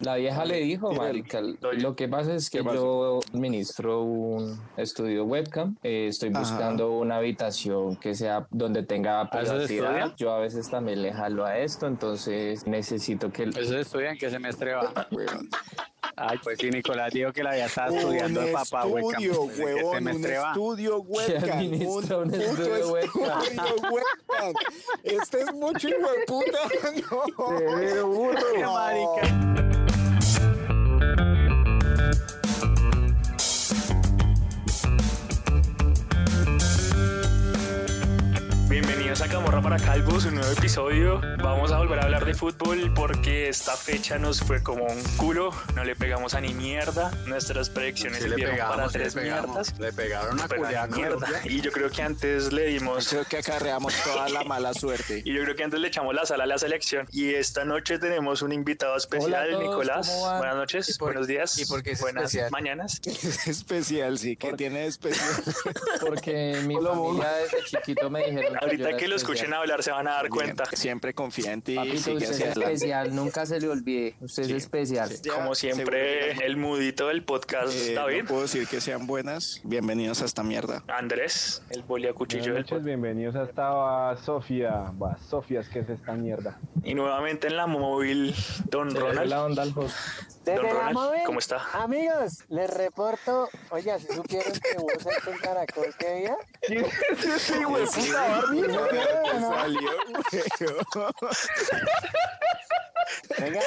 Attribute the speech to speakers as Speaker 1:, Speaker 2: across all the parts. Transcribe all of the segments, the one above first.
Speaker 1: La vieja le dijo,
Speaker 2: Dime,
Speaker 1: marica,
Speaker 2: doy.
Speaker 1: lo que pasa es que
Speaker 2: ¿Qué
Speaker 1: yo
Speaker 2: pasó?
Speaker 1: administro un estudio webcam, eh, estoy
Speaker 3: Ajá.
Speaker 1: buscando una habitación que sea donde tenga
Speaker 4: ¿Ah, eso se
Speaker 1: privacidad.
Speaker 4: estudia?
Speaker 1: Yo a veces también le jalo a esto, entonces necesito que...
Speaker 4: Eso estudian qué semestre va.
Speaker 3: Weón.
Speaker 4: Ay, pues sí, Nicolás dijo que la había estado
Speaker 3: Un
Speaker 4: estudiando el papá, güey.
Speaker 3: estudio,
Speaker 4: campeón. ¿De qué
Speaker 3: huevón, un
Speaker 4: semestre va?
Speaker 3: estudio webcam. Un
Speaker 1: administra un
Speaker 3: puto
Speaker 1: estudio
Speaker 3: estudio
Speaker 1: webcam.
Speaker 3: webcam. Este es mucho hijo de puta. No.
Speaker 4: Qué marica.
Speaker 2: Bienvenidos a Camorra para Calvos, un nuevo episodio. Vamos a volver a hablar de fútbol porque esta fecha nos fue como un culo. No le pegamos a ni mierda. Nuestras predicciones
Speaker 5: Sí, le
Speaker 2: sirvieron
Speaker 5: pegamos,
Speaker 2: para
Speaker 5: sí,
Speaker 2: tres
Speaker 5: le pegamos.
Speaker 2: mierdas.
Speaker 5: Le pegaron a
Speaker 2: Pero a la
Speaker 5: culiar
Speaker 2: mierda. Y yo creo que antes le dimos.
Speaker 3: Creo que acarreamos toda la mala suerte.
Speaker 2: Y yo creo que antes le echamos la sala a la selección. Y esta noche tenemos un invitado especial,
Speaker 1: Hola a todos,
Speaker 2: Nicolás.
Speaker 1: ¿cómo van?
Speaker 2: Buenas noches,
Speaker 5: ¿Y por-
Speaker 2: buenos días,
Speaker 5: y por qué es
Speaker 2: buenas
Speaker 5: especial?
Speaker 2: mañanas.
Speaker 3: Es especial, sí, que tiene de especial.
Speaker 1: Porque mi familia desde chiquito me dijeron...
Speaker 2: Ahorita que lo escuchen hablar se van a dar cuenta.
Speaker 3: Siempre confía en ti.
Speaker 1: Papito,
Speaker 3: sigue
Speaker 1: usted es
Speaker 3: hacia adelante.
Speaker 1: especial, nunca se le olvide, usted
Speaker 3: Sí.
Speaker 1: es especial.
Speaker 3: Ya,
Speaker 2: Como siempre,
Speaker 3: seguro
Speaker 2: el mudito del podcast,
Speaker 3: que, eh,
Speaker 2: David.
Speaker 3: no puedo decir que sean buenas. Bienvenidos a esta mierda.
Speaker 2: Andrés, el boliacuchillo del
Speaker 6: Buenas noches,
Speaker 2: podcast.
Speaker 6: bienvenidos hasta Sofía. Va, Sofía, es que es esta mierda.
Speaker 2: Y nuevamente en la móvil, Don
Speaker 1: Se le dio
Speaker 2: Ronald.
Speaker 1: la onda al host.
Speaker 2: Don
Speaker 7: Desde la
Speaker 2: Ronald,
Speaker 7: móvil,
Speaker 2: ¿cómo está?
Speaker 7: amigos, les reporto. Oiga, si supieron que vos es un caracol que había,
Speaker 3: Eh,
Speaker 7: venga,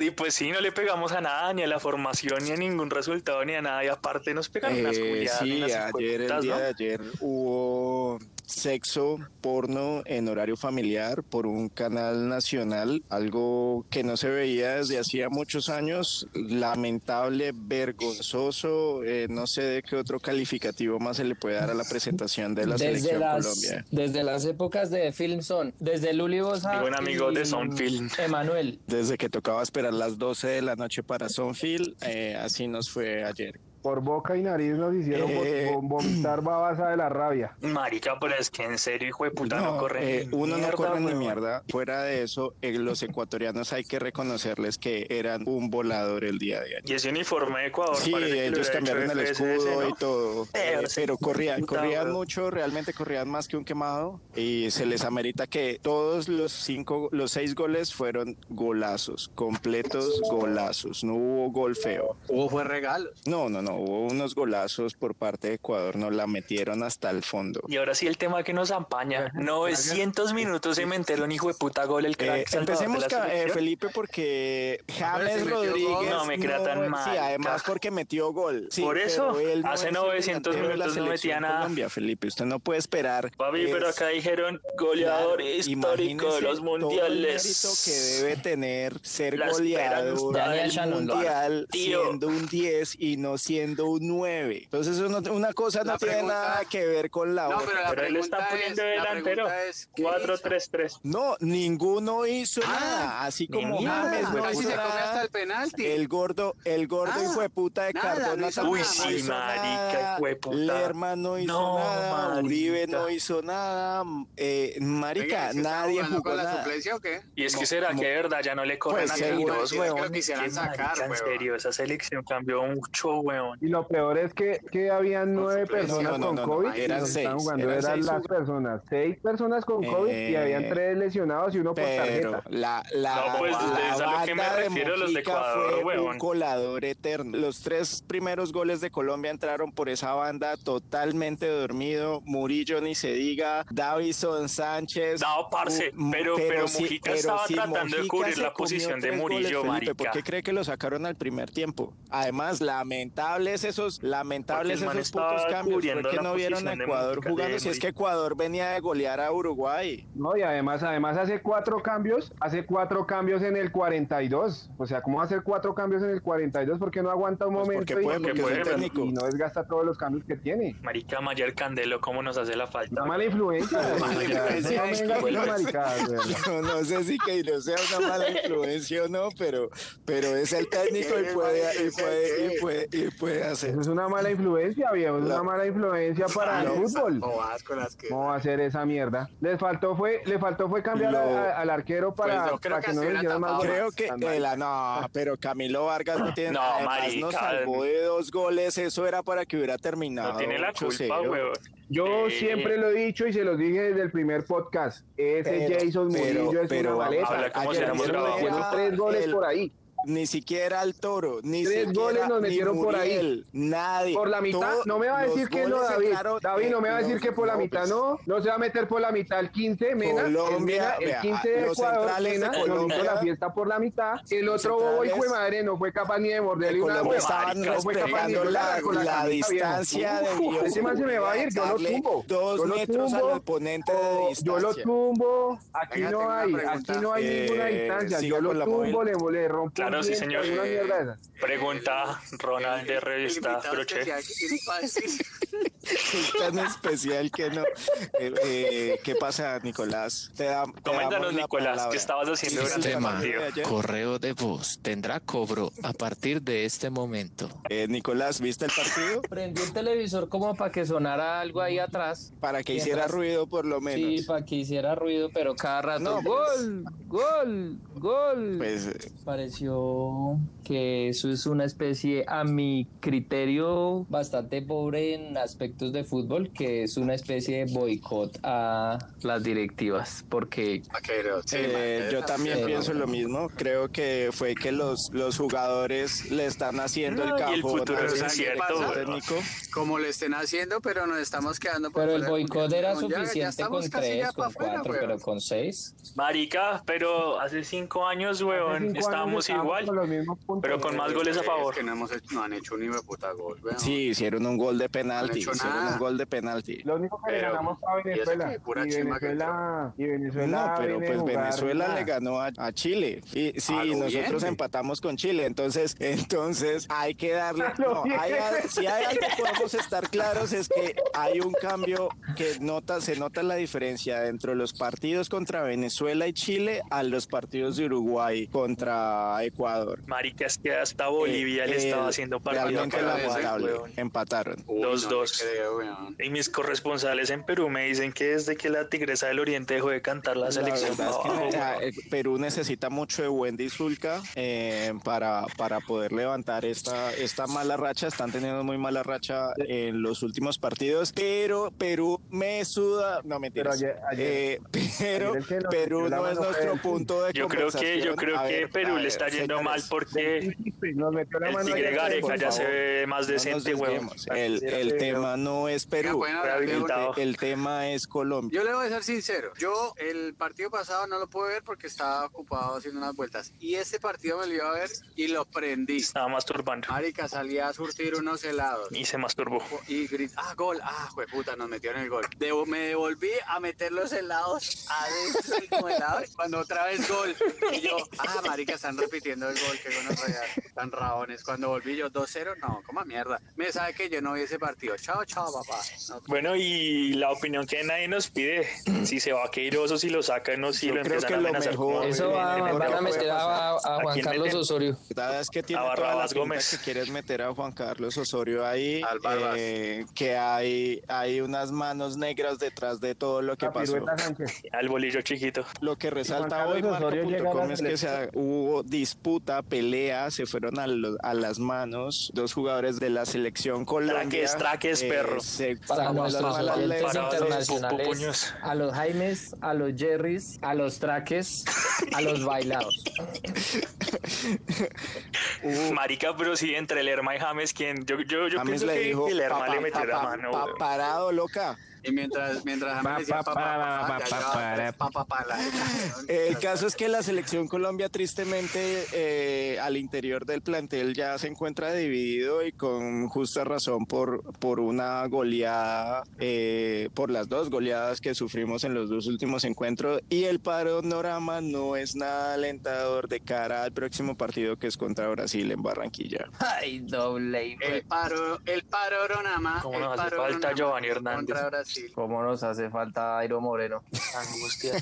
Speaker 2: Y pues sí, no le pegamos a nada, ni a la formación, ni a ningún resultado, ni a nada. Y aparte nos pegaron unas
Speaker 3: Eh,
Speaker 2: culiadas en
Speaker 3: sí,
Speaker 2: las
Speaker 3: ayer, el
Speaker 2: cincuentas,
Speaker 3: día
Speaker 2: ¿no?
Speaker 3: de ayer hubo sexo, porno en horario familiar por un canal nacional, algo que no se veía desde hacía muchos años, lamentable, vergonzoso, eh, no sé de qué otro calificativo más se le puede dar a la presentación de la
Speaker 1: desde
Speaker 3: selección
Speaker 1: las,
Speaker 3: Colombia.
Speaker 1: desde las épocas de Film Son, desde Luli Bosa.
Speaker 2: Mi buen amigo de Son Film.
Speaker 1: Emanuel.
Speaker 3: Desde que tocaba esperar las 12 de la noche para Sonfield, eh, así nos fue ayer.
Speaker 6: Por boca y nariz nos hicieron vo-
Speaker 3: Eh.
Speaker 6: vo- vomitar babasa de la rabia.
Speaker 2: Marica, pero es que en serio, hijo de puta, no, corre.
Speaker 3: eh, uno no corre ni
Speaker 2: weón.
Speaker 3: mierda. Fuera de eso, eh, los ecuatorianos hay que reconocerles que eran un volador el día de ayer.
Speaker 2: Y ese uniforme de Ecuador.
Speaker 3: Sí,
Speaker 2: parece que lo
Speaker 3: ellos
Speaker 2: hubiera
Speaker 3: cambiaron
Speaker 2: hecho
Speaker 3: el
Speaker 2: FSS,
Speaker 3: escudo
Speaker 2: ¿no?
Speaker 3: y todo.
Speaker 2: Pero
Speaker 3: eh,
Speaker 2: sí,
Speaker 3: pero corrían,
Speaker 2: puta,
Speaker 3: corrían
Speaker 2: weón.
Speaker 3: mucho, realmente corrían más que un quemado. Y se les amerita que todos los cinco, los seis goles fueron golazos, completos golazos. No hubo gol feo.
Speaker 5: Hubo fue regalos.
Speaker 3: No, no, no. Hubo unos golazos por parte de Ecuador. Nos la metieron hasta el fondo.
Speaker 2: Y ahora sí el tema que nos ampaña. 900 minutos se me enteró un hijo de puta gol el crack.
Speaker 3: Eh,
Speaker 2: Salvador de
Speaker 3: empecemos,
Speaker 2: la
Speaker 3: ca- eh,
Speaker 2: selección.
Speaker 3: Felipe, porque
Speaker 5: James
Speaker 3: James
Speaker 5: metió gol.
Speaker 3: Rodríguez.
Speaker 2: No me crea tan mal,
Speaker 3: Sí, además
Speaker 2: ca-
Speaker 3: porque metió gol. Sí,
Speaker 2: Por eso,
Speaker 3: pero él
Speaker 2: hace
Speaker 3: es el
Speaker 2: 900
Speaker 3: delantero de la
Speaker 2: minutos no
Speaker 3: selección
Speaker 2: metía nada.
Speaker 3: Colombia, Felipe, usted no puede esperar.
Speaker 2: Papi, pero
Speaker 3: Es-
Speaker 2: acá dijeron
Speaker 3: claro,
Speaker 2: goleador histórico
Speaker 3: imagínese
Speaker 2: de los
Speaker 3: todo el
Speaker 2: mundiales.
Speaker 3: mérito que debe tener ser
Speaker 2: La esperanza
Speaker 3: goleador
Speaker 1: Daniel
Speaker 3: del
Speaker 1: Shannon lo
Speaker 3: mundial
Speaker 2: tío.
Speaker 3: siendo un 10 y no siendo un 9. Entonces, eso no- una cosa no
Speaker 5: La
Speaker 3: tiene
Speaker 5: pregunta-
Speaker 3: nada que ver con la
Speaker 5: No,
Speaker 3: otra.
Speaker 5: pero la
Speaker 2: Pero él
Speaker 5: pregunta
Speaker 2: está poniendo
Speaker 5: es,
Speaker 2: delantero.
Speaker 5: La pregunta es, ¿qué hizo?
Speaker 2: 4-3-3.
Speaker 3: No, ninguno hizo
Speaker 5: Ah,
Speaker 3: nada. Así
Speaker 2: ni
Speaker 3: como
Speaker 2: mierda.
Speaker 3: James no
Speaker 5: Pero si
Speaker 3: hizo
Speaker 5: se coge
Speaker 3: nada.
Speaker 5: hasta el penalti.
Speaker 3: El gordo, el gordo
Speaker 5: Nada,
Speaker 3: hijo de puta de
Speaker 5: Ah, nada,
Speaker 3: Cardona
Speaker 5: no hizo
Speaker 3: tampoco
Speaker 5: nada. Uy, sí,
Speaker 3: hizo
Speaker 2: marica,
Speaker 3: nada,
Speaker 2: hijo de puta.
Speaker 3: Lerma no hizo
Speaker 2: No,
Speaker 3: nada, Uribe
Speaker 2: marica.
Speaker 3: no hizo nada, eh, marica,
Speaker 5: Venga, ¿se está
Speaker 3: nadie
Speaker 5: jugando
Speaker 3: jugó
Speaker 5: con la
Speaker 3: nada.
Speaker 5: suplencia o qué?
Speaker 2: Y es
Speaker 3: Mo-
Speaker 2: que será
Speaker 3: mo-
Speaker 2: que de verdad ya no le corren
Speaker 3: Pues
Speaker 2: a
Speaker 3: seguro,
Speaker 2: ninguno,
Speaker 5: sí, es que lo
Speaker 2: weón.
Speaker 5: quisieran
Speaker 2: Qué
Speaker 5: sacar,
Speaker 2: marica, En
Speaker 5: weón.
Speaker 2: serio, esa selección cambió mucho, weón.
Speaker 6: Y lo peor es que, que habían
Speaker 5: No,
Speaker 6: nueve
Speaker 5: sí, pero-
Speaker 6: personas
Speaker 3: no, no,
Speaker 6: con
Speaker 3: no, no,
Speaker 6: COVID.
Speaker 3: eran
Speaker 6: y nos estaban
Speaker 3: seis,
Speaker 6: jugando
Speaker 3: eran
Speaker 6: eran
Speaker 3: seis
Speaker 6: las
Speaker 3: jug-
Speaker 6: personas. Seis personas con COVID y
Speaker 3: Eh,
Speaker 6: habían tres lesionados y uno por
Speaker 3: Pero
Speaker 6: tarjeta.
Speaker 3: la, la,
Speaker 2: No, pues,
Speaker 3: la
Speaker 2: es a lo que me
Speaker 3: banda de
Speaker 2: refiero, los de
Speaker 3: Mojica
Speaker 2: Ecuador,
Speaker 3: fue un
Speaker 2: huevón.
Speaker 3: colador eterno. Los tres primeros goles de Colombia entraron por esa banda totalmente dormido. Murillo ni se diga, Davison Sánchez.
Speaker 2: No, parce,
Speaker 3: Mu-
Speaker 2: pero, pero
Speaker 3: si- Mm,
Speaker 2: Mujica
Speaker 3: pero
Speaker 2: estaba
Speaker 3: si
Speaker 2: tratando de
Speaker 3: Mojica
Speaker 2: cubrir
Speaker 3: se
Speaker 2: la
Speaker 3: comió
Speaker 2: posición de
Speaker 3: tres goles,
Speaker 2: Murillo,
Speaker 3: Felipe,
Speaker 2: marica.
Speaker 3: ¿Por qué cree que lo sacaron al primer tiempo? Además, lamentables esos, lamentables
Speaker 2: Porque el man
Speaker 3: esos putos
Speaker 2: estaba
Speaker 3: cambios.
Speaker 2: cubriendo
Speaker 3: Fue que
Speaker 2: la
Speaker 3: no vieron a
Speaker 2: posición de
Speaker 3: Ecuador
Speaker 2: Mujica,
Speaker 3: jugando.
Speaker 2: de
Speaker 3: Si es que
Speaker 2: Mujica.
Speaker 3: Ecuador venía de golear a Uruguay.
Speaker 6: No, y además, además hace cuatro cambios, hace cuatro cambios en el 42. O sea, ¿cómo hacer cuatro cambios en el 42? Porque no aguanta un
Speaker 3: Pues
Speaker 6: momento
Speaker 3: porque
Speaker 6: y,
Speaker 3: puede,
Speaker 2: porque es un
Speaker 6: y-
Speaker 3: técnico.
Speaker 6: y no desgasta todos los cambios que tiene.
Speaker 2: Marica Mayer Candelo, ¿cómo nos hace la falta?
Speaker 6: Una mala influencia.
Speaker 3: Mala influencia.
Speaker 6: No me vengas con
Speaker 2: Vuelve.
Speaker 6: maricadas, de verdad.
Speaker 3: Yo no sé si que no sea una mala influencia o no, pero, pero es el técnico y puede, y puede, y puede, y puede, puede hacer.
Speaker 6: Eso es una mala influencia, viejo. Es
Speaker 3: La-
Speaker 6: una mala influencia para el fútbol.
Speaker 3: Mm.
Speaker 5: No vas con las que.
Speaker 6: ¿Cómo va a hacer esa mierda? Les faltó fue, le faltó fue cambiar
Speaker 3: Lo-
Speaker 6: a- a- al arquero para,
Speaker 5: Pues yo creo
Speaker 6: para
Speaker 5: que
Speaker 6: que no
Speaker 5: así
Speaker 6: le
Speaker 5: la
Speaker 6: hicieran más
Speaker 5: tapaba.
Speaker 6: goles.
Speaker 3: Creo que
Speaker 6: Tan mal.
Speaker 3: el- ah, no, pero Camilo Vargas no tiene
Speaker 2: No,
Speaker 3: además
Speaker 2: marica.
Speaker 3: nos salvó de dos goles, eso era para que hubiera terminado.
Speaker 2: No tiene la culpa,
Speaker 3: 8-0.
Speaker 2: weón.
Speaker 6: Yo
Speaker 2: Sí.
Speaker 6: siempre lo he dicho y se los dije desde el primer podcast. Ese
Speaker 3: Pero-
Speaker 6: Jason
Speaker 3: pero-
Speaker 6: Murillo es
Speaker 3: pero
Speaker 6: una
Speaker 3: vamos
Speaker 6: maleta.
Speaker 2: a hablar cómo
Speaker 6: Ayer
Speaker 2: seremos
Speaker 6: nos
Speaker 2: grabados.
Speaker 6: metieron tres goles
Speaker 3: El-
Speaker 6: por ahí.
Speaker 3: Ni siquiera al toro, ni
Speaker 6: Tres
Speaker 3: siquiera
Speaker 6: goles nos
Speaker 3: ni
Speaker 6: metieron por ahí.
Speaker 3: Muriel, Nadie.
Speaker 6: Por la mitad,
Speaker 3: Todo-
Speaker 6: no me va a
Speaker 3: los
Speaker 6: decir que no,
Speaker 3: goles
Speaker 6: David.
Speaker 3: entraron-
Speaker 6: David, no me va a
Speaker 3: eh,
Speaker 6: decir que por la
Speaker 3: no,
Speaker 6: mitad
Speaker 3: pues,
Speaker 6: no. No se va a meter por la mitad el 15, Mena. el
Speaker 3: Colombia,
Speaker 6: Mena, el,
Speaker 3: vea,
Speaker 6: 15 de
Speaker 3: los
Speaker 6: Ecuador,
Speaker 3: centrales de
Speaker 6: Mena, nos
Speaker 3: Colombia-
Speaker 6: hizo la fiesta por la mitad. El
Speaker 3: Los
Speaker 6: otro bobo y
Speaker 3: centrales-
Speaker 6: fue madre no fue capaz ni de morderle una
Speaker 3: Colombia
Speaker 6: hueva.
Speaker 3: estaban
Speaker 2: marica,
Speaker 6: fue capaz ni de
Speaker 3: respetando la,
Speaker 6: hablar con la
Speaker 3: la
Speaker 6: camisa, viejo.
Speaker 3: distancia de
Speaker 6: Uf,
Speaker 3: Dios.
Speaker 6: ese man se me va a ir, yo lo
Speaker 3: Darle
Speaker 6: tumbo.
Speaker 3: Dos
Speaker 6: Yo lo
Speaker 3: metros
Speaker 6: tumbo,
Speaker 3: al oponente de
Speaker 6: o
Speaker 3: distancia.
Speaker 6: Yo lo tumbo, aquí
Speaker 5: Venga,
Speaker 6: no
Speaker 5: tengo una
Speaker 6: hay,
Speaker 5: pregunta.
Speaker 6: aquí no hay ninguna
Speaker 3: Eh,
Speaker 6: distancia.
Speaker 3: siga
Speaker 6: Yo
Speaker 3: con
Speaker 6: lo
Speaker 3: la
Speaker 6: tumbo, le, le rompo. un
Speaker 2: Claro, sí,
Speaker 6: diente,
Speaker 2: señor.
Speaker 6: alguna mierda de esas.
Speaker 2: Pregunta Ronald de revista Crochet.
Speaker 3: tan especial que no. Eh, eh, ¿Qué pasa, Nicolás? Te da, te
Speaker 2: Coméntanos,
Speaker 3: damos la
Speaker 2: Nicolás,
Speaker 3: palabra.
Speaker 2: ¿qué estabas haciendo durante el
Speaker 3: Sistema.
Speaker 2: partido?
Speaker 8: Este Correo de voz tendrá cobro a partir de este momento.
Speaker 3: Eh, Nicolás, ¿viste el partido?
Speaker 1: Prendí el televisor como para que sonara algo ahí atrás.
Speaker 3: Para que hiciera
Speaker 1: Mientras-
Speaker 3: ruido, por lo menos.
Speaker 1: Sí, para que hiciera ruido, pero cada rato.
Speaker 3: No, pues.
Speaker 1: gol, gol, gol.
Speaker 3: Pues, eh,
Speaker 1: Pareció que eso es una especie, a mi criterio, bastante pobre en aspectos de fútbol, que es una especie de boicot a las directivas, porque
Speaker 3: eh, yo también
Speaker 1: sí,
Speaker 3: pienso lo mismo. Creo que fue que los, los jugadores le están haciendo el
Speaker 2: No, y el
Speaker 3: campo
Speaker 2: futuro
Speaker 5: es incierto, bueno.
Speaker 3: técnico.
Speaker 5: Como lo estén haciendo, pero nos estamos quedando por
Speaker 1: Pero el
Speaker 5: fuera del
Speaker 1: boicot
Speaker 5: Mundial.
Speaker 1: era
Speaker 5: Ya- ya
Speaker 1: suficiente
Speaker 5: estamos
Speaker 1: con
Speaker 5: casi ya
Speaker 1: tres,
Speaker 5: pa'
Speaker 1: con
Speaker 5: fuera,
Speaker 1: cuatro,
Speaker 5: weón.
Speaker 1: pero con seis.
Speaker 2: Marica, pero hace cinco años,
Speaker 6: Hace
Speaker 2: weón,
Speaker 6: cinco años
Speaker 2: estábamos igual,
Speaker 6: con los mismos puntos. eh,
Speaker 2: pero con más goles a
Speaker 5: Es
Speaker 2: favor.
Speaker 5: que no, hemos hecho- no han hecho un hijo de puta gol, weón.
Speaker 3: Sí, hicieron un gol de penalti.
Speaker 5: hecho
Speaker 3: Hicieron
Speaker 5: nada.
Speaker 3: un gol de penalti.
Speaker 6: Lo único que le
Speaker 5: Pero-
Speaker 6: ganamos fue a
Speaker 5: eso que
Speaker 6: Venezuela.
Speaker 5: pura
Speaker 6: Y
Speaker 5: chimba que
Speaker 6: Venezuela, y Venezuela
Speaker 3: No, pero
Speaker 6: viene
Speaker 3: pues
Speaker 6: a jugar
Speaker 3: Venezuela
Speaker 6: nada.
Speaker 3: le ganó a, a Chile. Y sí,
Speaker 5: A lo
Speaker 3: nosotros
Speaker 5: bien.
Speaker 3: empatamos con Chile. Entonces, entonces hay que darle.
Speaker 6: A lo
Speaker 3: no, hay
Speaker 6: bien.
Speaker 3: al- si hay algo que podemos estar claros es que hay un cambio que nota, se nota la diferencia dentro de los partidos contra Venezuela y Chile a los partidos de Uruguay contra Ecuador.
Speaker 2: Marica, es que hasta Bolivia le
Speaker 3: Eh,
Speaker 2: estaba
Speaker 3: eh,
Speaker 2: haciendo partido
Speaker 3: Realmente
Speaker 5: que
Speaker 2: cada
Speaker 5: la
Speaker 2: vez,
Speaker 3: lamentable.
Speaker 2: weón.
Speaker 3: Empataron.
Speaker 5: Uy,
Speaker 2: Dos,
Speaker 5: no te
Speaker 2: dos.
Speaker 5: creo, weón.
Speaker 2: Y mis corresponsales en Perú me dicen que desde que la tigresa del oriente dejó de cantar la selección
Speaker 3: verdad
Speaker 2: para abajo,
Speaker 3: es que
Speaker 2: weón.
Speaker 3: eh, Perú necesita mucho de Wendy Zulka eh, para, para poder levantar esta, esta mala racha. Están teniendo muy mala racha en los últimos partidos, pero Perú me suda. No, mentira.
Speaker 6: Pero ayer- ayer-
Speaker 3: pero
Speaker 6: ayer el que nos
Speaker 3: Perú
Speaker 6: metió la
Speaker 3: no es
Speaker 6: mano fue
Speaker 3: nuestro
Speaker 6: el-
Speaker 3: punto de
Speaker 2: Yo creo que, yo
Speaker 3: conversación.
Speaker 2: creo
Speaker 3: A
Speaker 2: que
Speaker 3: ver,
Speaker 2: Perú
Speaker 3: a
Speaker 2: le
Speaker 3: ver,
Speaker 2: está yendo mal
Speaker 3: señores,
Speaker 2: porque
Speaker 6: Nos metió la
Speaker 2: el
Speaker 6: mano
Speaker 2: Tigre
Speaker 6: ayer,
Speaker 2: Gareca
Speaker 6: por
Speaker 2: ya se
Speaker 6: favor.
Speaker 2: ve más
Speaker 3: no nos
Speaker 2: decente, weón.
Speaker 3: desviemos. eh. El, el tema no es
Speaker 5: Venga,
Speaker 3: Perú.
Speaker 5: pueden hablar de
Speaker 2: rehabilitado.
Speaker 5: Uruguay.
Speaker 3: El tema es Colombia.
Speaker 5: Yo le voy a ser sincero. Yo el partido pasado no lo pude ver porque estaba ocupado haciendo unas vueltas. Y este partido me lo iba a ver y lo prendí.
Speaker 2: estaba masturbando
Speaker 5: Marica, salía a surtir unos helados.
Speaker 2: y se masturbó.
Speaker 5: Y grita, ah, gol, ah, jueputa, nos metieron el gol. Devo- me devolví a meter los helados adentro del congelador cuando otra vez gol. Y yo, ah, marica, están repitiendo el gol, que buenos tan rabones. Cuando volví yo 2-0, no, como mierda. Me sabe que yo no vi ese partido. Chao, chao, papá. No,
Speaker 2: Bueno, y la opinión que nadie nos pide, si se va a Queiroz o si lo sacan o si
Speaker 3: Mm. Yo
Speaker 2: lo
Speaker 3: creo
Speaker 2: empiezan
Speaker 3: que
Speaker 2: a
Speaker 3: lo
Speaker 2: amenazar.
Speaker 3: mejor-
Speaker 2: como-
Speaker 1: Eso
Speaker 3: bien,
Speaker 1: va- van
Speaker 3: bien, bien,
Speaker 1: a
Speaker 3: bien,
Speaker 1: meter
Speaker 3: bien,
Speaker 1: a, a Juan
Speaker 2: quién
Speaker 1: Carlos
Speaker 2: meten?
Speaker 1: Osorio.
Speaker 3: La verdad es que tiene
Speaker 2: A
Speaker 3: toda la
Speaker 2: Barrabás
Speaker 3: pinta
Speaker 2: Gómez.
Speaker 3: que quieres meter a Juan Carlos Osorio ahí,
Speaker 5: Al Barbas.
Speaker 3: eh, que hay, hay unas manos negras detrás de todo lo que
Speaker 6: La
Speaker 3: pasó.
Speaker 6: pirueta Sánchez.
Speaker 2: Al bolillo chiquito.
Speaker 3: Lo que resalta
Speaker 6: Carlos
Speaker 3: hoy
Speaker 6: Osorio llega a la
Speaker 3: Marco.com es que se ha- hubo disputa, pelea, se fueron a, lo- a las manos dos jugadores de la selección Colombia. Eh,
Speaker 2: Traques, traques, perro.
Speaker 3: se
Speaker 1: Para
Speaker 3: sacó las
Speaker 1: nuestros
Speaker 3: malas
Speaker 1: oyentes
Speaker 3: lenguas.
Speaker 2: Parados, pu- pu-
Speaker 1: internacionales,
Speaker 2: puños.
Speaker 1: a los Jaimes, a los Jerrys, a los Traques, a los Bailados.
Speaker 3: Hubo-
Speaker 2: Marica, pero sí, entre el Herma y James, quien yo, yo, yo
Speaker 3: James
Speaker 2: pienso
Speaker 3: le
Speaker 2: que
Speaker 3: dijo,
Speaker 2: el Herma
Speaker 3: "Papá,
Speaker 2: le metió la
Speaker 3: papá,
Speaker 2: mano.
Speaker 3: papá,
Speaker 2: weón.
Speaker 3: parado, loca.
Speaker 5: Y mientras, mientras a mí me decía,
Speaker 4: Pa, pa,
Speaker 5: papá,
Speaker 4: pa,
Speaker 5: papá,
Speaker 4: pa,
Speaker 5: ya
Speaker 4: pa,
Speaker 5: llevaba tres
Speaker 4: pa,
Speaker 5: papá, pa, la-
Speaker 3: El caso es que la selección Colombia tristemente eh, al interior del plantel ya se encuentra dividido y con justa razón por, por una goleada, eh, por las dos goleadas que sufrimos en los dos últimos encuentros y el panorama no es nada alentador de cara al próximo partido que es contra Brasil en Barranquilla.
Speaker 1: Ay, doble. pues, hijo de-
Speaker 5: Eh. El paro, el paro Oronama.
Speaker 2: ¿Cómo
Speaker 5: el
Speaker 2: nos hace
Speaker 5: paro
Speaker 2: falta
Speaker 5: Oronama
Speaker 2: Giovanni Hernández?
Speaker 5: Contra Brasil. Brasil.
Speaker 1: ¿Cómo nos hace falta Airo Moreno?
Speaker 5: Angustia.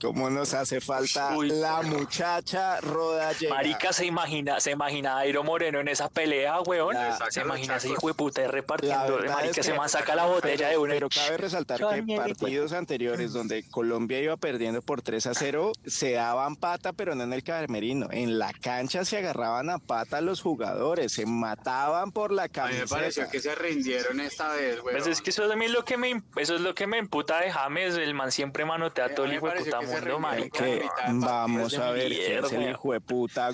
Speaker 3: Como nos hace falta
Speaker 2: Uy.
Speaker 3: la muchacha roda llega.
Speaker 2: Marica se imagina, se imagina a Airo Moreno en esa pelea, weón.
Speaker 3: La-
Speaker 2: se
Speaker 5: Saca
Speaker 2: imagina
Speaker 5: los
Speaker 2: ese
Speaker 5: chacos.
Speaker 2: hijo de puta ahí
Speaker 3: La
Speaker 2: repartiendo.
Speaker 3: verdad
Speaker 2: Marica
Speaker 3: es
Speaker 2: se
Speaker 3: que-
Speaker 2: man saca la botella de uno.
Speaker 3: Pero
Speaker 2: y-
Speaker 3: cabe resaltar que en partidos anteriores donde Colombia iba perdiendo por 3 a 0, se daban pata, pero no en el camerino. En la cancha se agarraban a pata los jugadores, se mataban por la
Speaker 5: A mí me pareció
Speaker 3: camiseta.
Speaker 5: que se rindieron esta vez, güey.
Speaker 2: Pues es que eso es a mí lo que me imp- eso es lo que me imputa de James, el man siempre manotea
Speaker 5: Eh, a
Speaker 2: todo el
Speaker 5: mí me
Speaker 2: hijo de
Speaker 5: pareció
Speaker 2: puta
Speaker 5: que se
Speaker 2: mundo,
Speaker 5: rindieron
Speaker 2: marica.
Speaker 5: con la
Speaker 3: Que
Speaker 5: mitad de
Speaker 3: vamos
Speaker 2: partidos de
Speaker 3: a ver quién es el
Speaker 2: mierda.
Speaker 3: hijo de puta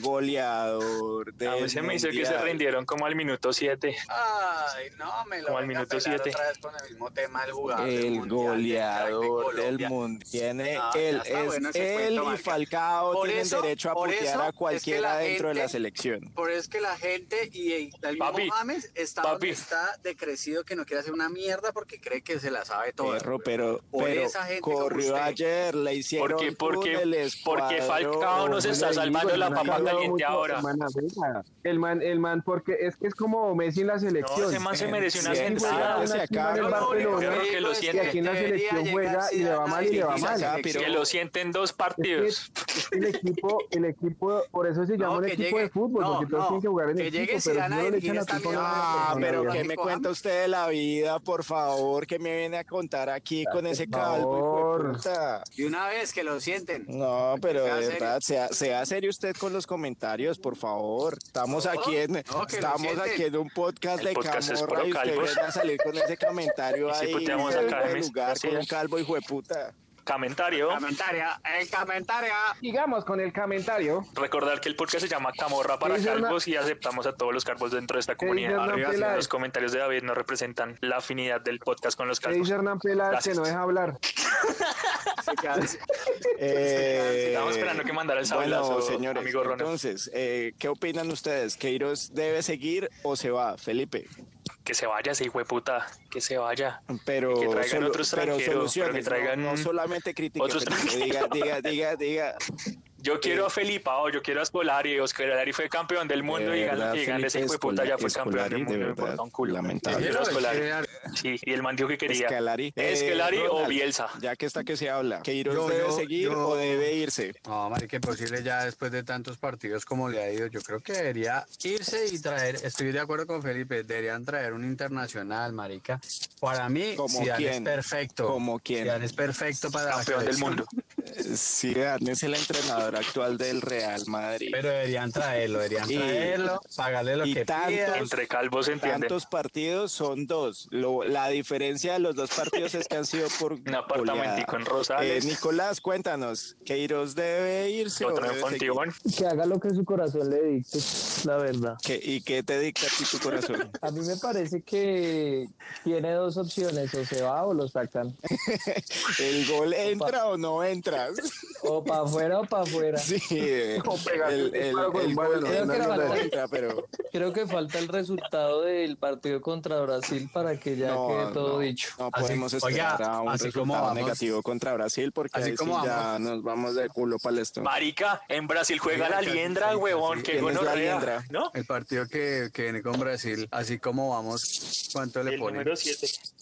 Speaker 3: goleador.
Speaker 2: A mí
Speaker 3: del
Speaker 2: se me hizo que se
Speaker 3: Mundial.
Speaker 2: rindieron como al minuto 7.
Speaker 5: Ay, no, me lo
Speaker 2: Como al
Speaker 5: venga a
Speaker 2: minuto
Speaker 5: pelar
Speaker 2: siete.
Speaker 5: otra vez con el mismo tema el jugador. del
Speaker 3: El
Speaker 5: Mundial, del crack de
Speaker 3: goleador del
Speaker 5: Colombia.
Speaker 3: mundo. Tiene
Speaker 5: Ah, ya
Speaker 3: él,
Speaker 5: está
Speaker 3: es
Speaker 5: bueno ese
Speaker 3: él
Speaker 5: cuento,
Speaker 3: y
Speaker 5: marica.
Speaker 3: Falcao
Speaker 5: Por
Speaker 3: tienen
Speaker 5: eso-
Speaker 3: derecho a
Speaker 5: por
Speaker 3: putear
Speaker 5: eso
Speaker 3: a
Speaker 5: es que
Speaker 3: cualquiera
Speaker 5: la
Speaker 3: dentro de la
Speaker 5: gente-
Speaker 3: selección.
Speaker 5: Por eso es que la gente y el mismo
Speaker 2: Papi,
Speaker 5: James está
Speaker 2: papi.
Speaker 5: donde está decrecido que no quiere hacer una mierda porque cree que se la sabe toda.
Speaker 3: Perro, pero,
Speaker 5: Por
Speaker 3: pero
Speaker 5: esa gente como
Speaker 3: corrió
Speaker 5: usted.
Speaker 3: ayer, le hicieron
Speaker 2: Porque- porque-
Speaker 3: túneles,
Speaker 2: porque
Speaker 3: cuadró.
Speaker 2: Falcao no se está
Speaker 6: Oye,
Speaker 2: salvando
Speaker 6: digo,
Speaker 2: la
Speaker 6: el man ha
Speaker 2: papa
Speaker 6: ayudado
Speaker 2: caliente
Speaker 6: mucho,
Speaker 2: ahora.
Speaker 6: El man, ajuda. el man, el man, porque es que es como Messi en la selección.
Speaker 2: No, ese man se mereció una
Speaker 3: Sí, sí,
Speaker 2: sentada.
Speaker 3: sí, sí, acaba.
Speaker 6: Yo lo único
Speaker 2: Yo
Speaker 6: que
Speaker 2: creo que
Speaker 5: digo
Speaker 2: lo
Speaker 5: es que
Speaker 6: aquí
Speaker 2: sienten.
Speaker 6: en la
Speaker 5: Debería
Speaker 6: selección juega
Speaker 5: llegar
Speaker 6: y le va mal y le va
Speaker 5: Zidane a
Speaker 6: mal.
Speaker 5: la
Speaker 3: Acá, pero-
Speaker 2: Que
Speaker 5: selección.
Speaker 2: lo sienten dos partidos.
Speaker 6: Es que el equipo, el equipo, por eso se llama
Speaker 5: No,
Speaker 6: un
Speaker 5: que
Speaker 6: equipo
Speaker 5: llegue-
Speaker 6: de fútbol,
Speaker 5: no,
Speaker 6: porque todos
Speaker 5: no,
Speaker 6: tienen que jugar en
Speaker 5: que
Speaker 6: equipo.
Speaker 5: llegue
Speaker 6: pero si
Speaker 5: Zidane a
Speaker 6: no le echan
Speaker 5: dirigir
Speaker 6: la
Speaker 5: esta
Speaker 6: culpa a
Speaker 5: mierda.
Speaker 6: la
Speaker 3: Ah,
Speaker 5: No,
Speaker 3: pero
Speaker 5: no,
Speaker 3: que
Speaker 5: no.
Speaker 3: me cuenta usted de la vida, por favor, que me viene a contar aquí con ese
Speaker 6: por
Speaker 3: calvo. hijo de
Speaker 6: favor.
Speaker 3: puta?
Speaker 5: Y una vez que lo sienten.
Speaker 3: No, pero
Speaker 5: sea
Speaker 3: de
Speaker 5: serio.
Speaker 3: verdad, sea, sea serio usted con los comentarios, por favor. Estamos
Speaker 5: No,
Speaker 3: aquí en,
Speaker 5: no, que lo
Speaker 3: estamos
Speaker 5: sienten.
Speaker 3: aquí en un podcast
Speaker 2: El
Speaker 3: de
Speaker 2: podcast es
Speaker 3: camorra
Speaker 2: puro
Speaker 3: y usted
Speaker 2: calvos.
Speaker 3: viene a salir con ese comentario
Speaker 2: Y si
Speaker 3: ahí
Speaker 2: puteamos a ¿eh?
Speaker 3: fuera de
Speaker 2: James,
Speaker 3: lugar
Speaker 2: así
Speaker 3: con un
Speaker 2: es.
Speaker 3: calvo hijo de puta.
Speaker 2: Comentario.
Speaker 5: Comentaria, el comentaria.
Speaker 6: Sigamos con el comentario.
Speaker 2: Recordar que el podcast se llama Camorra para
Speaker 6: Dice una-
Speaker 2: Calvos y aceptamos a todos los calvos dentro de esta
Speaker 6: ¿Qué dice
Speaker 2: comunidad.
Speaker 6: Hernán
Speaker 2: Arriba,
Speaker 6: Peláez?
Speaker 2: los comentarios de David no representan la afinidad del podcast con los
Speaker 6: Que
Speaker 2: calvos.
Speaker 6: dice Hernán Peláez que
Speaker 2: Gracias.
Speaker 6: no deja hablar.
Speaker 3: Eh,
Speaker 2: Estamos esperando que mandara el sablazo,
Speaker 3: Bueno, señores,
Speaker 2: amigo Ronald.
Speaker 3: entonces, eh, ¿qué opinan ustedes? ¿Queiroz debe seguir o se va, Felipe?
Speaker 2: Que se vaya ese hijo de puta. Que se vaya.
Speaker 3: Pero,
Speaker 2: Que traigan
Speaker 3: solu-
Speaker 2: otro
Speaker 3: pero
Speaker 2: extranjero, pero que
Speaker 3: soluciones, no-
Speaker 2: traigan
Speaker 3: no, solamente críticas.
Speaker 2: otro
Speaker 3: Felipe, Diga,
Speaker 2: extranjero.
Speaker 3: diga, diga, diga.
Speaker 2: Yo quiero a Felipao, yo quiero a Scolari. Oscar Scolari fue campeón del mundo
Speaker 3: De
Speaker 2: y ganó
Speaker 3: verdad,
Speaker 2: que digan, ese
Speaker 3: Felipe
Speaker 2: hijo de puta ya fue
Speaker 3: Scolari,
Speaker 2: campeón del
Speaker 3: de
Speaker 2: mundo. me
Speaker 3: verdad,
Speaker 2: importa un culo.
Speaker 3: lamentable.
Speaker 2: Yo quiero a Scolari. Sí, y el man dijo que quería.
Speaker 3: Escalari.
Speaker 2: Escalari o
Speaker 3: eh, Ronald,
Speaker 2: Bielsa.
Speaker 3: Ya que está que se habla, ¿Queiroz
Speaker 5: Yo-
Speaker 3: debe
Speaker 5: yo-
Speaker 3: seguir
Speaker 5: yo-
Speaker 3: o debe irse?
Speaker 5: No, marica, imposible ya después de tantos partidos como le ha ido. Yo creo que debería irse y traer, estoy de acuerdo con Felipe, deberían traer un internacional, marica. Para mí,
Speaker 3: ¿Como
Speaker 5: Zidane es
Speaker 3: quién?
Speaker 5: perfecto.
Speaker 3: ¿Como quién?
Speaker 5: Zidane es perfecto para la
Speaker 2: Campeón del
Speaker 5: selección.
Speaker 2: mundo.
Speaker 3: Zidane es el entrenador actual del Real Madrid.
Speaker 5: Pero deberían traerlo, deberían
Speaker 3: Y-
Speaker 5: traerlo, pagarle lo
Speaker 3: y
Speaker 5: que
Speaker 3: tantos-
Speaker 5: pida.
Speaker 2: Entre calvos se entiende.
Speaker 3: Tantos partidos son dos. Lo- la diferencia de los dos partidos es que han sido por
Speaker 2: Un apartamentico
Speaker 3: goleada.
Speaker 2: en Rosales.
Speaker 3: Eh, Nicolás, cuéntanos, ¿Queiroz debe irse o
Speaker 2: Otro
Speaker 3: debe
Speaker 2: en
Speaker 3: seguir?
Speaker 2: Fontibón.
Speaker 1: Que haga lo que su corazón le dicte, la verdad.
Speaker 3: ¿Qué- ¿Y qué te dicta a ti tu corazón?
Speaker 1: A mí me parece que tiene dos opciones, o se va o lo sacan.
Speaker 3: ¿El gol entra o no entra?
Speaker 1: O para afuera o para afuera.
Speaker 3: Sí, eh,
Speaker 6: pegar
Speaker 3: el, el,
Speaker 6: un disparo con
Speaker 3: el
Speaker 6: un
Speaker 3: gol
Speaker 6: balón,
Speaker 3: entra
Speaker 1: no,
Speaker 3: o
Speaker 1: no,
Speaker 3: no
Speaker 1: no.
Speaker 3: entra, pero
Speaker 1: Creo que falta el resultado del partido contra Brasil para que ya
Speaker 3: no,
Speaker 1: quede todo
Speaker 3: no,
Speaker 1: dicho.
Speaker 3: no
Speaker 5: Así-
Speaker 3: podemos
Speaker 5: oiga,
Speaker 3: esperar a un
Speaker 5: así como
Speaker 3: resultado
Speaker 5: vamos.
Speaker 3: negativo contra Brasil porque
Speaker 5: Así
Speaker 3: ahí sí
Speaker 5: como
Speaker 3: ya nos vamos de culo para el estómago.
Speaker 2: Marica, en Brasil juega la
Speaker 5: Oiga, que-
Speaker 2: liendra,
Speaker 5: que-
Speaker 2: huevón.
Speaker 5: que-
Speaker 2: Que
Speaker 3: ¿Quién es la
Speaker 2: gonorrea.
Speaker 3: Liendra?
Speaker 2: ¿No?
Speaker 5: El partido que, que viene con Brasil, así como vamos, ¿cuánto le
Speaker 2: El
Speaker 5: ponen?
Speaker 2: número 7.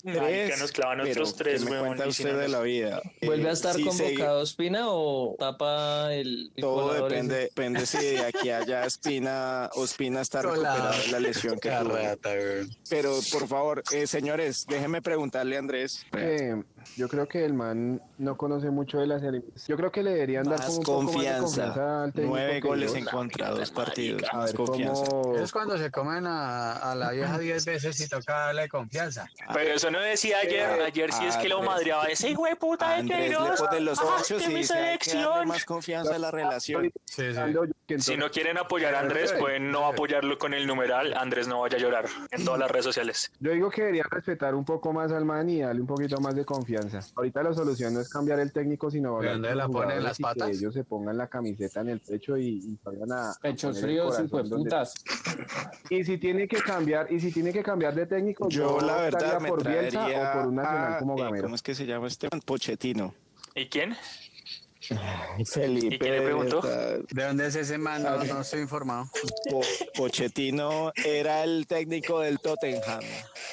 Speaker 3: Tres,
Speaker 2: Marica, nos clavan
Speaker 3: pero
Speaker 2: otros tres,
Speaker 3: ¿qué me
Speaker 2: huevón.
Speaker 3: cuenta
Speaker 2: y si no
Speaker 3: usted de
Speaker 2: nos-
Speaker 3: la vida?
Speaker 1: ¿Vuelve
Speaker 3: Eh,
Speaker 1: a estar
Speaker 3: sí, sí,
Speaker 1: convocado Espina o tapa el... el
Speaker 3: Todo
Speaker 1: colador ese?
Speaker 3: depende, depende si de aquí a allá Espina, Ospina está
Speaker 5: Colado.
Speaker 3: recuperado de la lesión que tuvo.
Speaker 5: Carrata, güey.
Speaker 3: Pero por favor, eh, señores, déjenme preguntarle a Andrés.
Speaker 6: Eh, yo creo que el man no conoce mucho de las eliminaciones. Yo creo que le deberían dar como
Speaker 3: Más
Speaker 6: un poco más de
Speaker 3: confianza.
Speaker 6: confianza al técnico
Speaker 3: Nueve
Speaker 6: que
Speaker 3: goles
Speaker 6: yo.
Speaker 3: en contra, dos partidos.
Speaker 6: A
Speaker 3: Más
Speaker 6: ver
Speaker 3: confianza.
Speaker 6: cómo.
Speaker 5: Es cuando se comen a, a la vieja 10 veces y toca darle confianza.
Speaker 2: Pero eso no decía ayer. Ayer sí es que lo
Speaker 3: Eh, Andrés.
Speaker 2: madreaba ese hijo de puta de
Speaker 3: Andrés le
Speaker 2: Queiroz.
Speaker 3: pone los
Speaker 2: ¡Ah,
Speaker 3: ocho
Speaker 2: que
Speaker 3: y
Speaker 2: mi
Speaker 3: dice, hay que darle
Speaker 2: selección!
Speaker 3: más confianza a la relación.
Speaker 5: Sí, sí.
Speaker 6: Ando yo, que
Speaker 2: Si no
Speaker 6: entonces-
Speaker 2: quieren apoyar a Andrés, pueden no apoyarlo con el numeral. Andrés no vaya a llorar en todas las redes sociales.
Speaker 6: Yo digo que debería respetar un poco más al man y darle un poquito más de confianza. Ahorita la solución no es cambiar el técnico, sino hablar
Speaker 5: dónde
Speaker 6: con
Speaker 5: la
Speaker 6: los
Speaker 5: ponen? ¿En
Speaker 6: jugadores
Speaker 5: las
Speaker 6: y
Speaker 5: patas?
Speaker 6: Que ellos se pongan la camiseta en el pecho y, y salgan a. a
Speaker 9: Pechos
Speaker 6: poner el
Speaker 9: fríos,
Speaker 6: corazón
Speaker 9: hijo de
Speaker 6: donde-
Speaker 9: putas.
Speaker 6: Y si tiene que cambiar, y si tiene que cambiar de técnico,
Speaker 3: Yo la verdad
Speaker 6: optaría
Speaker 3: me
Speaker 6: por Bielsa
Speaker 3: traería
Speaker 6: o por un nacional
Speaker 3: a-
Speaker 6: como
Speaker 3: eh,
Speaker 6: Gamero.
Speaker 3: ¿Cómo es que se llama este? Pochettino.
Speaker 2: ¿Y quién?
Speaker 3: Felipe.
Speaker 10: ¿Y qué le preguntó?
Speaker 3: está-
Speaker 11: ¿De dónde es ese man? No, no estoy informado.
Speaker 3: Po- Pochettino era el técnico del Tottenham.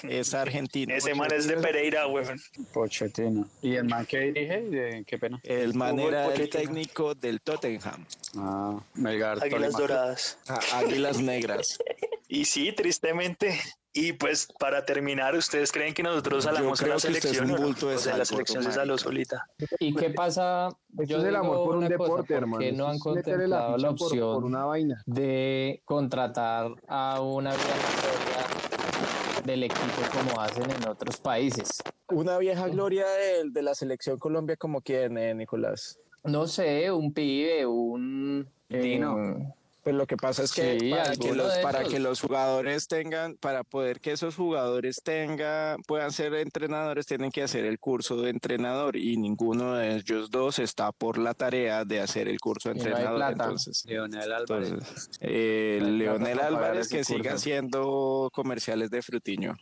Speaker 3: Es argentino.
Speaker 10: Ese man es de Pereira, weón.
Speaker 5: Pochettino. ¿Y el man que dirige? De- Qué pena.
Speaker 3: El man
Speaker 10: Hugo
Speaker 3: era el
Speaker 10: Pochettino.
Speaker 3: técnico del Tottenham.
Speaker 5: Ah, Melgar.
Speaker 10: Águilas
Speaker 5: Tolima.
Speaker 10: Doradas.
Speaker 1: Ah,
Speaker 3: A- Águilas Negras.
Speaker 10: Y sí, tristemente. Y pues para terminar, ¿ustedes creen que nosotros salamos la
Speaker 3: creo que usted es
Speaker 10: selección?
Speaker 3: un
Speaker 10: o no?
Speaker 3: bulto de
Speaker 10: O sea, la
Speaker 3: sal,
Speaker 10: selección se
Speaker 3: gordo,
Speaker 10: saló
Speaker 3: marica.
Speaker 10: solita.
Speaker 1: ¿Y qué pasa?
Speaker 6: Pues, Esto es el amor por un
Speaker 1: una cosa,
Speaker 6: deporte, hermano.
Speaker 1: ¿Por qué no
Speaker 6: Esto
Speaker 1: han
Speaker 6: es meterle la
Speaker 1: contemplado la
Speaker 6: ficha por- Por,
Speaker 1: opción
Speaker 6: una vaina.
Speaker 1: de contratar a una vieja gloria del equipo como hacen en otros países?
Speaker 12: Una vieja gloria de, de la selección Colombia como quien, eh, Nicolás.
Speaker 1: No sé, un pibe, un... eh,
Speaker 12: Dino. Pues lo que pasa es que
Speaker 1: Sí,
Speaker 3: para, que
Speaker 1: alguno
Speaker 3: los,
Speaker 1: de
Speaker 3: para
Speaker 1: esos.
Speaker 3: que los jugadores tengan, para poder que esos jugadores tengan, puedan ser entrenadores, tienen que hacer el curso de entrenador y ninguno de ellos dos está por la tarea de hacer el curso de
Speaker 1: Y no hay
Speaker 3: entrenador.
Speaker 1: plata.
Speaker 3: entonces,
Speaker 5: Leonel Álvarez.
Speaker 3: entonces, eh,
Speaker 5: No hay plata
Speaker 3: Leonel
Speaker 5: para pagar
Speaker 3: Álvarez
Speaker 5: ese
Speaker 3: que siga
Speaker 5: curso.
Speaker 3: haciendo comerciales de frutiño.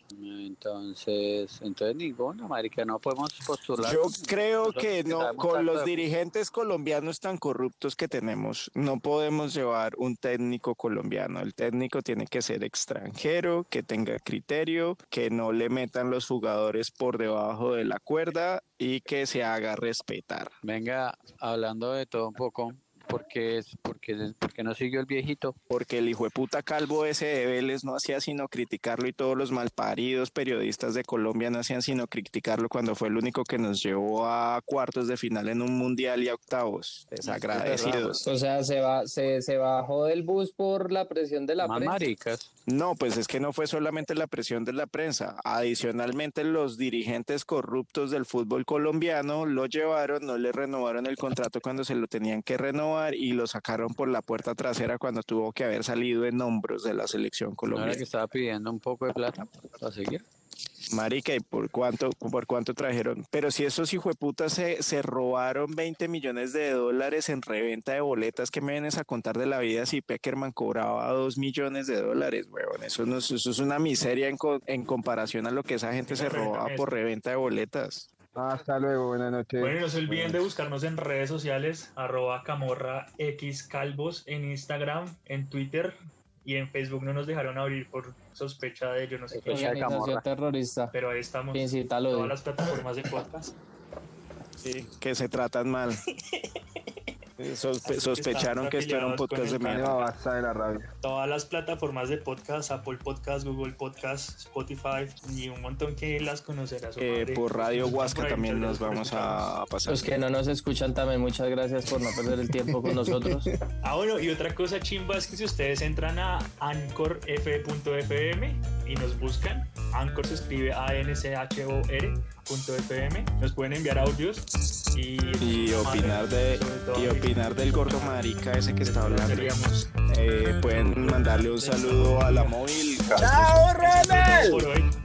Speaker 5: Entonces, entonces ninguna, marica, no podemos postular.
Speaker 3: Yo creo
Speaker 5: Nosotros
Speaker 3: que no,
Speaker 5: sabemos
Speaker 3: con
Speaker 5: tanto
Speaker 3: los
Speaker 5: de-
Speaker 3: dirigentes colombianos tan corruptos que tenemos, no podemos llevar un técnico colombiano. El técnico tiene que ser extranjero, que tenga criterio, que no le metan los jugadores por debajo de la cuerda y que se haga respetar.
Speaker 5: Venga, hablando de todo un poco, porque es, porque, porque no siguió el viejito.
Speaker 3: Porque el hijo de puta calvo ese de Vélez no hacía sino criticarlo y todos los malparidos periodistas de Colombia no hacían sino criticarlo cuando fue el único que nos llevó a cuartos de final en un mundial y a octavos. Desagradecidos.
Speaker 1: O sea, se, va, se, se bajó del bus por la presión de la
Speaker 5: Más
Speaker 1: prensa.
Speaker 5: maricas.
Speaker 3: No, pues es que no fue solamente la presión de la prensa. Adicionalmente, los dirigentes corruptos del fútbol colombiano lo llevaron, no le renovaron el contrato cuando se lo tenían que renovar y lo sacaron por la puerta trasera cuando tuvo que haber salido en hombros de la selección
Speaker 5: No era que
Speaker 3: colombiana.
Speaker 5: estaba pidiendo un poco de plata para seguir.
Speaker 3: Marica, ¿y por cuánto, por cuánto trajeron? Pero si esos hijueputas se, se robaron 20 millones de dólares en reventa de boletas, ¿qué me vienes a contar de la vida si Peckerman cobraba 2 millones de dólares, weón? Eso, no, es- eso es una miseria en, co- en comparación a lo que esa gente se robaba por reventa de boletas.
Speaker 6: Hasta luego, buenas noches.
Speaker 2: Bueno, y no se olviden de buscarnos en redes sociales, arroba camorra X calvos en Instagram, en Twitter y en Facebook no nos dejaron abrir por sospecha de yo no sé qué.
Speaker 5: Sospecha. de
Speaker 1: Organización
Speaker 5: Camorra.
Speaker 1: terrorista.
Speaker 2: Pero ahí estamos.
Speaker 1: Que incita al
Speaker 2: Todas
Speaker 1: odio.
Speaker 2: las plataformas de podcast.
Speaker 3: Sí, que se tratan mal. Sospe-
Speaker 2: están
Speaker 3: sospecharon que esto era un
Speaker 2: afiliados con
Speaker 3: podcast de
Speaker 2: el
Speaker 3: mierda.
Speaker 6: No, basta de la rabia.
Speaker 2: Todas las plataformas de podcast, Apple Podcast, Google Podcast, Spotify y un montón que las conocerás. su
Speaker 3: Eh,
Speaker 2: madre.
Speaker 3: por Radio
Speaker 2: Nos escuchan
Speaker 3: Huasca
Speaker 2: por ahí,
Speaker 3: también nos
Speaker 2: muchas
Speaker 3: vamos
Speaker 2: gracias por escucharnos.
Speaker 3: a pasar.
Speaker 1: Los que no nos escuchan también, muchas gracias por no perder el tiempo con nosotros.
Speaker 2: Ah, bueno, y otra cosa chimba es que si ustedes entran a anchorf.fm y nos buscan, Anchor se escribe A-N-C-H-O-R punto .fm, nos pueden enviar audios y,
Speaker 3: Y opinar, de,
Speaker 2: sobre todo
Speaker 3: y
Speaker 2: ahorita.
Speaker 3: opinar del gordo marica ese que está hablando.
Speaker 2: Seríamos
Speaker 3: Eh, pueden mandarle un saludo a la móvil.
Speaker 2: por hoy.